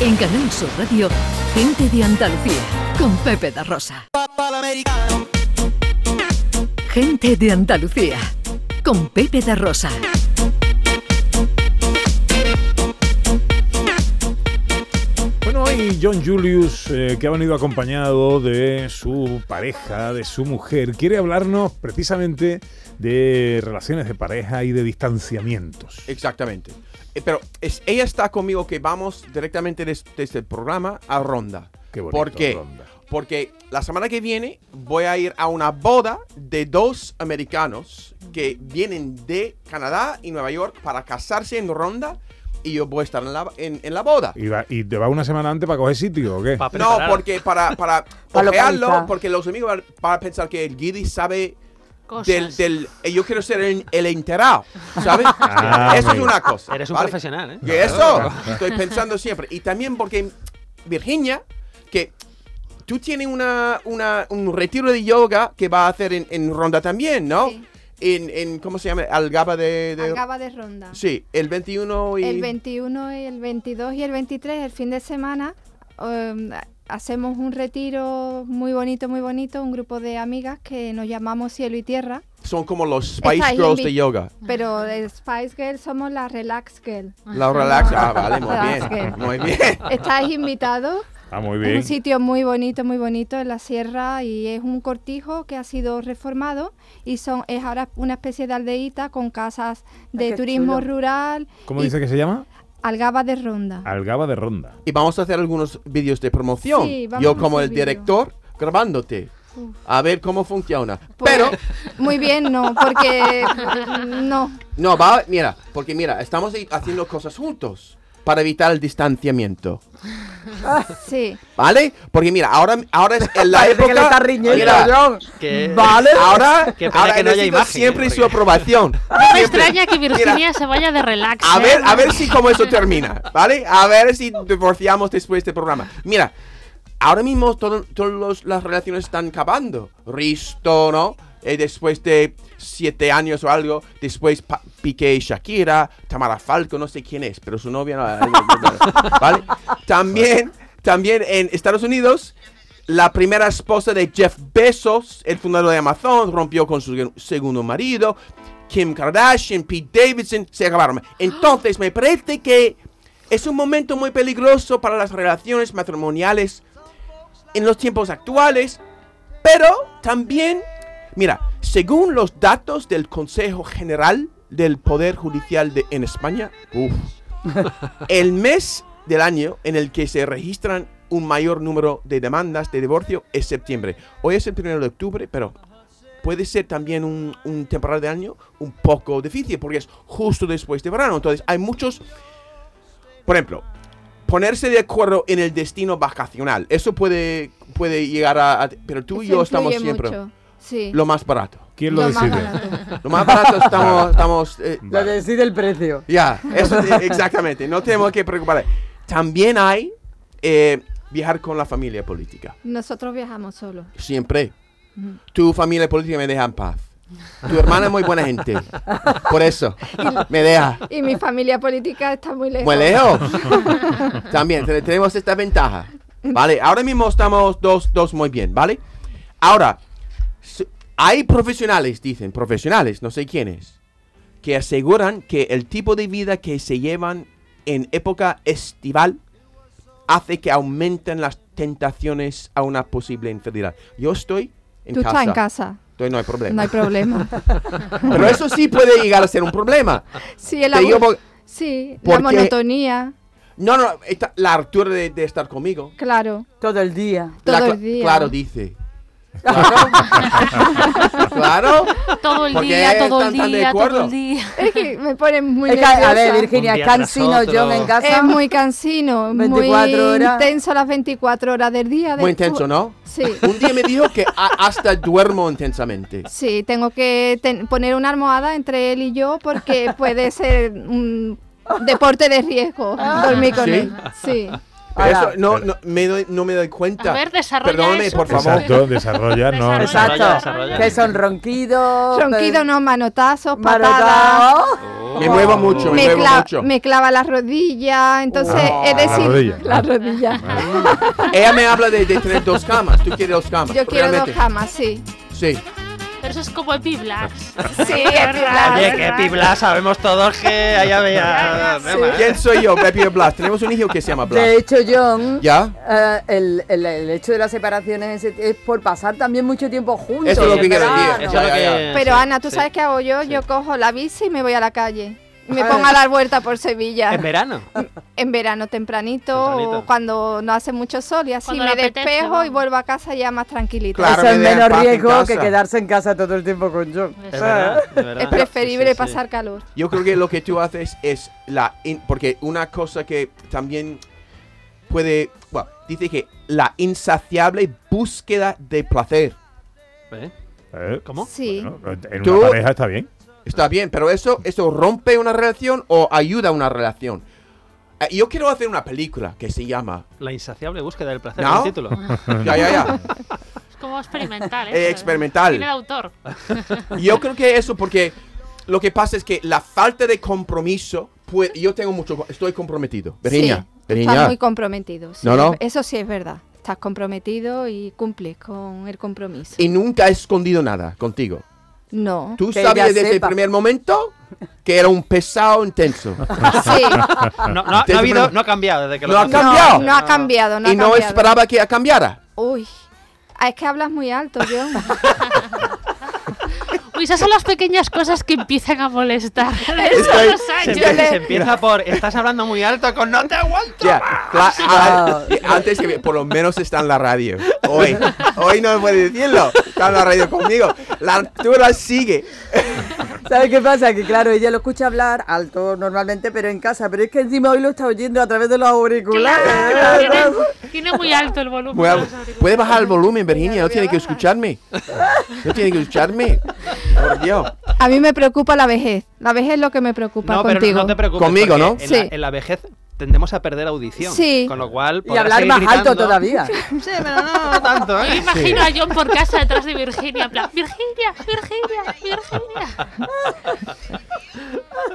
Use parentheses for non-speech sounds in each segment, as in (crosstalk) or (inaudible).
En Canal Sur Radio, gente de Andalucía, con Pepe da Rosa. Gente de Andalucía, con Pepe da Rosa. Bueno, hoy John Julius, eh, que ha venido acompañado de su pareja, de su mujer, quiere hablarnos precisamente de relaciones de pareja y de distanciamientos. Exactamente. Eh, Pero es- ella está conmigo que vamos directamente des- desde el programa a Ronda. Qué bonito, ¿Por qué? Ronda. Porque la semana que viene voy a ir a una boda de dos americanos que vienen de Canadá y Nueva York para casarse en Ronda y yo voy a estar en la, en, en la boda. ¿Y, va- y te va una semana antes para coger sitio o qué? Pa' No, preparar. porque (laughs) para, para Para ojearlo, localizar. porque los amigos van, van a pensar que el Guidi sabe Cosas. del, del- eh, Yo quiero ser el, el enterado, ¿sabes? (laughs) Ah, Eso es amigo. una cosa. Eres un ¿vale? profesional, ¿eh? Y eso estoy pensando siempre. Y también porque, Virginia, que tú tienes una, una- un retiro de yoga que va a hacer en, en Ronda también, ¿no? Sí. En, en, ¿cómo se llama? Algaba de... de- Acaba de ronda. Sí, el 21 y... El 21, y el 22 y el 23, el fin de semana, em, hacemos un retiro muy bonito, muy bonito, un grupo de amigas que nos llamamos Cielo y Tierra, Son como los Spice Estáis Girls invi- de yoga. pero de Spice Girl somos las Relax Girl. La relax. (laughs) Ah, vale, muy bien. Relax. Muy bien. Ah. Estáis (laughs) invitados, Ah, muy es bien. un sitio muy bonito, muy bonito en la sierra y es un cortijo que ha sido reformado y son es ahora una especie de aldeíta con casas de Ah, qué turismo chulo. rural ¿Cómo y dice que se llama? Algaba de Ronda. Algaba de Ronda. Y vamos a hacer algunos vídeos de promoción. Sí, vamos Yo a como el hacer vídeo. director grabándote. Uf. A ver cómo funciona. Pues, Pero Muy bien, no, porque. No. No, va, mira, porque mira, estamos ahí haciendo cosas juntos para evitar el distanciamiento, Sí. ¿vale? Porque mira, ahora, ahora es en la Parece época... que le está riñendo, mira, John. Que- Vale. Ahora, Qué pena ahora que no haya necesito imagen, siempre ¿eh? su aprobación. No me Siempre. extraña que Mira, Virginia se vaya de relax. a ¿eh? ver, a ver si cómo eso termina, ¿vale? A ver si divorciamos después de este programa. Mira, ahora mismo todo- todas los- las relaciones están acabando. Risto, ¿no? Eh, después de siete años o algo, después Pa- Piqué y Shakira, Tamara Falco, no sé quién es, pero su novia no- ¿Vale? También, también en Estados Unidos, la primera esposa de Jeff Bezos, el fundador de Amazon, rompió con su segundo marido. Kim Kardashian, Pete Davidson, se acabaron. Entonces, me parece que es un momento muy peligroso para las relaciones matrimoniales en los tiempos actuales, pero también, mira, según los datos del Consejo General del Poder Judicial de, en España, uf, el mes del año en el que se registran un mayor número de demandas de divorcio es septiembre. Hoy es el primero de octubre, pero puede ser también un, un temporal de año un poco difícil porque es justo después de verano. Entonces hay muchos, por ejemplo, ponerse de acuerdo en el destino vacacional. Eso puede, puede llegar a, a- Pero tú y eso yo estamos influye siempre mucho. Sí. lo más barato. ¿Quién lo, Lo más decide? barato. Lo más barato (laughs) estamos... estamos eh, Lo Vale. decide el precio. Ya, eso es- exactamente. No tenemos que preocupar. También hay eh, viajar con la familia política. Nosotros viajamos solos. Siempre. Tu familia política me deja en paz. Tu hermana es muy buena gente. Por eso. Me deja. Y mi familia política está muy lejos. Muy lejos. (laughs) También te- tenemos esta ventaja. Vale, ahora mismo estamos dos, dos muy bien, ¿vale? Ahora, s- hay profesionales, dicen, profesionales, no sé quiénes, que aseguran que el tipo de vida que se llevan en época estival hace que aumenten las tentaciones a una posible infidelidad. Yo estoy en Tú casa. estás en casa. Entonces no hay problema. No (laughs) hay problema. Pero eso sí puede llegar a ser un (laughs) problema. Sí, el Te digo abu- por- sí la porque- monotonía. No, no, esta- la altura de- de estar conmigo. Claro. Todo el día. Todo La cla- el día. Claro, dice. Claro. (laughs) Claro. Todo el Porque día, todo el están tan de día, todo acuerdo. el día. Es que me ponen muy Es que, a ver, nerviosa. Virginia, Un día cansino tras otro. John en casa. Es muy cansino, 24 muy horas. intenso las 24 horas del día. Muy del- intenso, ¿no? Sí, Un día me dijo que a- hasta duermo (laughs) intensamente. sí, tengo que ten- poner una almohada entre él y yo (laughs) Ah. porque puede ser un deporte de riesgo dormir con ¿Sí? él. Sí. Pero Hola. eso no, no, me doy- no me doy cuenta. A ver, desarrolla Perdóname, eso. por favor. Exacto, desarrolla, no. Desarrolla. Exacto. desarrolla. Que son ronquidos. Ronquido pe- no, Oh, manotazos, patadas. manotaos. Me muevo mucho, me, Me, muevo cla- mucho. me clava la rodilla, entonces Oh. es Ah, La rodilla. Ah, decir, la rodilla. Ella me habla de, de tener dos camas. Tú quieres dos camas. Yo quiero realmente. dos camas, sí. Sí. Pero eso es como Epiblax. Sí, (laughs) es Oye, verdad. que Pibla sabemos todos que (laughs) allá había. ¿eh? ¿Quién soy yo? Pepe Blas. Tenemos un hijo que se llama De Blas. hecho, John. ¿Ya? eh, el, el- el hecho de las separaciones es, es por pasar también mucho tiempo juntos. Eso es lo que en quiero decir. verano. Eso es lo que- Pero sí, Ana, ¿tú sí. sabes qué hago yo? Yo cojo la bici y me voy a la calle. Y Me Ah. pongo a dar vuelta por Sevilla. En (laughs) verano. En verano tempranito, Tempranito. o cuando no hace mucho sol y así Cuando me le apetece, despejo y vamos. vuelvo a casa ya más tranquilita. Claro, Eso es me dejan menos paz en riesgo que casa. quedarse en casa todo el tiempo con John. Es Es verdad, es Ah, verdad. Es preferible Sí, sí, sí. pasar calor. Yo creo que lo que tú haces es la... in- porque una cosa que también puede... Bueno, dice que la insaciable búsqueda de placer. ¿Eh? Eh, ¿Cómo? Sí. bueno, en Tú- una pareja está bien. Está bien, pero eso, eso rompe una relación o ayuda a una relación. Eh, Yo quiero hacer una película que se llama... La insaciable búsqueda del placer ¿No? el título. Ya, ya, ya. Es como (laughs) experimental, Eh, ¿eh? experimental. Tiene de autor. Yo creo que eso porque lo que pasa es que la falta de compromiso, pues yo tengo mucho, estoy comprometido. Veriña, Sí, Veriña. Estás muy comprometido. sí. No, no. Eso sí es verdad. Estás comprometido y cumples con el compromiso. Y nunca he escondido nada contigo. No. Tú Que ella sabías desde el sepa. primer momento que era un pesado intenso. (laughs) Sí. No, no, no ha habido, no ha cambiado desde que lo No ha conocí. cambiado. No, no ha cambiado, no y ha no cambiado. esperaba que cambiara. Uy. Ah, Es que hablas muy alto, John. Uy, esas son las pequeñas cosas que empiezan (laughs) a molestar. Estoy- Esos Se años. empieza, le- se empieza por estás hablando muy alto con no te aguanto. Ya, cla- a- antes que por lo menos está en la radio. Hoy, hoy no puede decirlo. Está en la radio conmigo. La altura sigue. Ah, ¿Sabes qué pasa? Que claro, ella lo escucha hablar alto normalmente, pero en casa. Pero es que encima hoy lo está oyendo a través de los auriculares. Claro, tiene, tiene muy alto el volumen. Voy a- de los auriculares. Puede bajar el volumen, Virginia. No voy a tiene que bajar. escucharme. No tiene que escucharme. Por Dios. A mí me preocupa la vejez. La vejez es lo que me preocupa No, pero contigo. no te preocupes. Conmigo, porque ¿no? En, Sí. la, en la vejez tendemos a perder audición. Sí. Con lo cual. Y podrás hablar seguir más alto gritando. (laughs) todavía. Sí, pero no, no tanto, Yo ¿eh? imagino a John por casa detrás de Virginia. en plan, Virginia, Virginia, Virginia.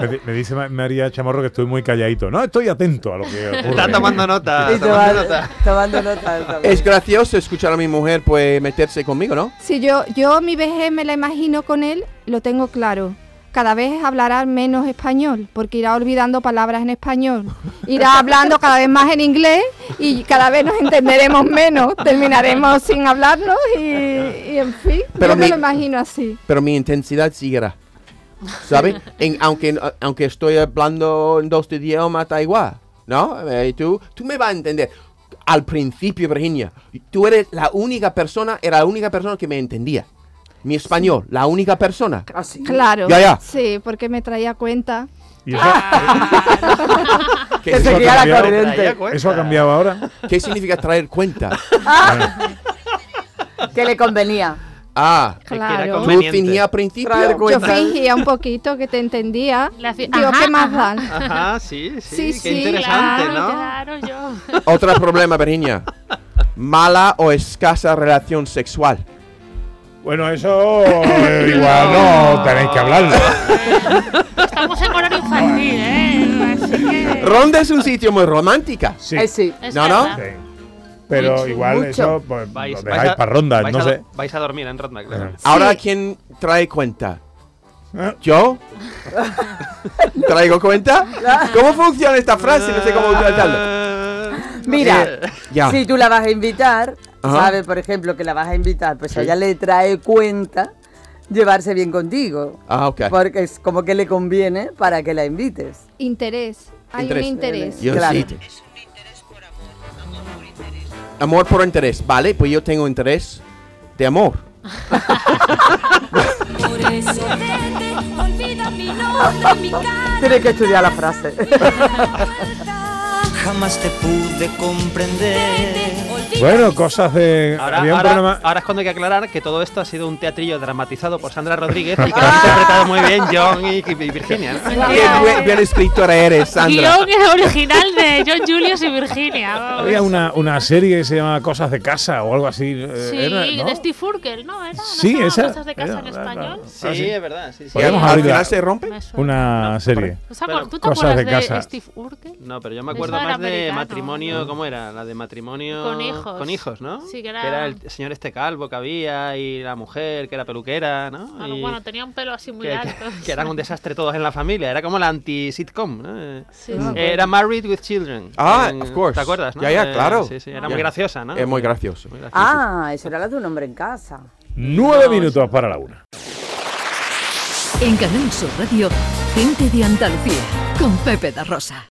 Me, di- me dice Ma- María Chamorro que estoy muy calladito. No, estoy atento a lo que ocurre. Está tomando nota. Y Ah, tomando tomando, nota. tomando nota. él también. Es gracioso escuchar a mi mujer pues meterse conmigo, ¿no? Si yo, yo mi vejez me la imagino con él, lo tengo claro. Cada vez hablará menos español, porque irá olvidando palabras en español. Irá hablando cada vez más en inglés y cada vez nos entenderemos menos. Terminaremos sin hablarnos y, y, en fin, Pero yo me mi- lo imagino así. Pero mi intensidad seguirá. (laughs) ¿Sabes? En- aunque, aunque estoy hablando en dos idiomas, está igual. ¿No? Eh, tú, tú me vas a entender. Al principio, Virginia, tú eres la única persona, era la única persona que me entendía. Mi español, la única persona. (laughs) Así. Claro. Ya, ya. Sí, porque me traía cuenta. ¿Y eso, Ah, ¿Qué, Que Eso ha se queda la cambiado. corriente. pues. eso ha cambiado ahora? qué significa traer (laughs) cuenta? Ah, Que le convenía. Ah, Claro. tú tenías principio. Traer Yo cuenta. fingía un poquito que te entendía. Le hacía, Digo, ajá, ¿qué más ajá. da? Ajá, sí, sí. Sí, qué sí, interesante, claro, ¿no? claro, John. (laughs) Otro problema, Virginia. Mala o escasa relación sexual. Bueno, eso eh, igual no tenéis que hablarlo. Estamos en horario infantil, ¿eh? Así que. Ronda es un sitio muy romántica. Sí. Eh, sí. es No, no. verdad. Sí. Pero Mucho, igual mucho. eso pues, Vais, lo dejáis para rondas, vais no a, sé. Vais a dormir en ronda, claro. Ajá. Ahora, Sí. ¿quién trae cuenta? Eh. ¿Yo? ¿Traigo cuenta? ¿Cómo funciona esta frase? No sé cómo Eh, tratarlo. Mira, Ya. si tú la vas a invitar, Ajá. sabes, por ejemplo, que la vas a invitar, pues a ella le trae cuenta llevarse bien contigo. Ah, ok. Porque es como que le conviene para que la invites. Interés. Hay Interés. un interés. Yo Claro. sí. Amor por interés, ¿vale? Pues yo tengo interés de amor. Por eso vete, olvida mi nombre, mi cara. Tienes que estudiar la frase. Jamás te pude comprender. Bueno, cosas de. Ahora, había un ahora- programa- ahora es cuando hay que aclarar que todo esto ha sido un teatrillo dramatizado por Sandra Rodríguez y que lo han interpretado muy bien John y, y Virginia. ¿no? Qué buen, bien escritora eres, Sandra. Guión original de John Julius y Virginia. vamos. Había una, una serie que se llamaba Cosas de Casa o algo así. eh, Sí, era, ¿no? de Steve Furkel, ¿no? Era, ¿No Sí, estaban esa- Cosas de casa era, en era, era. español. Sí, Ah, sí. es verdad. Sí, sí. Podemos Al abrir la- final se rompe. Me suena. Una serie. ¿No sabes- Pero ¿Tú te cosas acuerdas de de, casa. Steve Urkel? No, pero yo me Eso acuerdo era más de americano. matrimonio, ¿cómo era? La de matrimonio Mm. Con hijos. con hijos, ¿no? Sí, que era- el señor este calvo que había y la mujer que era peluquera, ¿no? Ah, Y Bueno, tenía un pelo así muy que, alto. que- que eran un desastre todos en la familia, era como la anti-sitcom, ¿no? Eh, Sí, eh, sí. Era Married with Children. Ah, Eh, of course. ¿Te acuerdas, no? Ya, ya, Eh, claro. Sí, sí, era Ya. muy graciosa, ¿no? Es muy gracioso. Muy graciosa. Ah, eso era la de un hombre en casa. Nueve minutos para la una. En Canal Sur Radio, gente de Andalucía, con Pepe da Rosa.